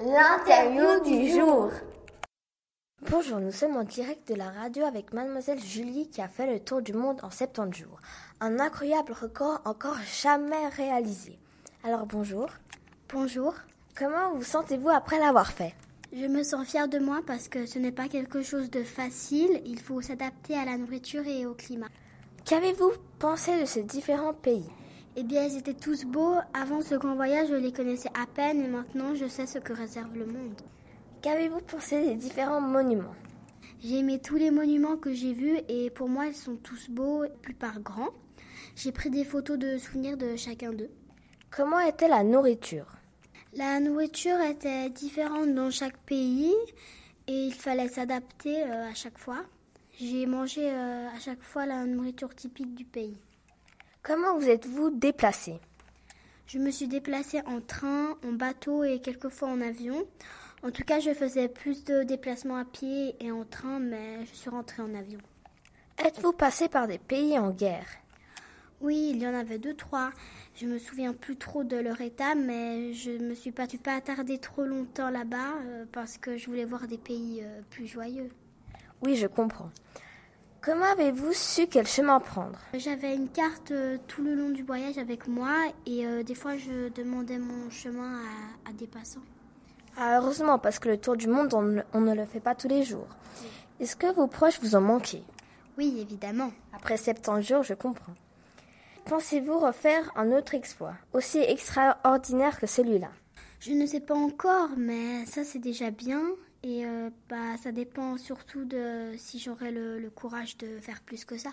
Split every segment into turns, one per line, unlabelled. L'interview du jour.
Bonjour, nous sommes en direct de la radio avec mademoiselle Julie qui a fait le tour du monde en 70 jours. Un incroyable record encore jamais réalisé. Alors bonjour,
Bonjour,
comment vous sentez-vous après l'avoir fait
je me sens fière de moi parce que ce n'est pas quelque chose de facile, il faut s'adapter à la nourriture et au climat.
Qu'avez-vous pensé de ces différents pays
Eh bien, ils étaient tous beaux, avant ce grand voyage je les connaissais à peine et maintenant je sais ce que réserve le monde.
Qu'avez-vous pensé des différents monuments
J'ai aimé tous les monuments que j'ai vus et pour moi ils sont tous beaux, la plupart grands. J'ai pris des photos de souvenirs de chacun d'eux.
Comment était la nourriture
La nourriture était différente dans chaque pays et il fallait s'adapter euh, à chaque fois. J'ai mangé euh, à chaque fois la nourriture typique du pays.
Comment vous êtes-vous déplacé
Je me suis déplacée en train, en bateau et quelquefois en avion. En tout cas, je faisais plus de déplacements à pied et en train, mais je suis rentrée en avion.
Êtes-vous passé par des pays en guerre
Oui, il y en avait deux, trois. Je me souviens plus trop de leur état, mais je me suis pas, suis pas attardée trop longtemps là-bas euh, parce que je voulais voir des pays euh, plus joyeux.
Oui, je comprends. Comment avez-vous su quel chemin prendre
J'avais une carte euh, tout le long du voyage avec moi et euh, des fois je demandais mon chemin à, à des passants.
Ah, Heureusement, parce que le tour du monde, on, ne- on ne le fait pas tous les jours. Est-ce que vos proches vous en manquaient
Oui, évidemment.
Après 70 jours, je comprends. Pensez-vous refaire un autre exploit, aussi extraordinaire que celui-là
Je ne sais pas encore, mais ça c'est déjà bien et euh, bah, ça dépend surtout de si j'aurai le, le courage de faire plus que ça.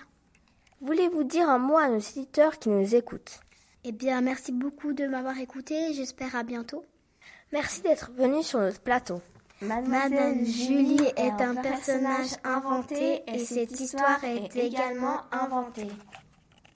Voulez-vous dire un mot à nos auditeurs qui nous écoutent
Eh bien, merci beaucoup de m'avoir écouté. J'espère à bientôt.
Merci d'être venu sur notre plateau.
Madame Julie est un personnage inventé et cette histoire est également inventée.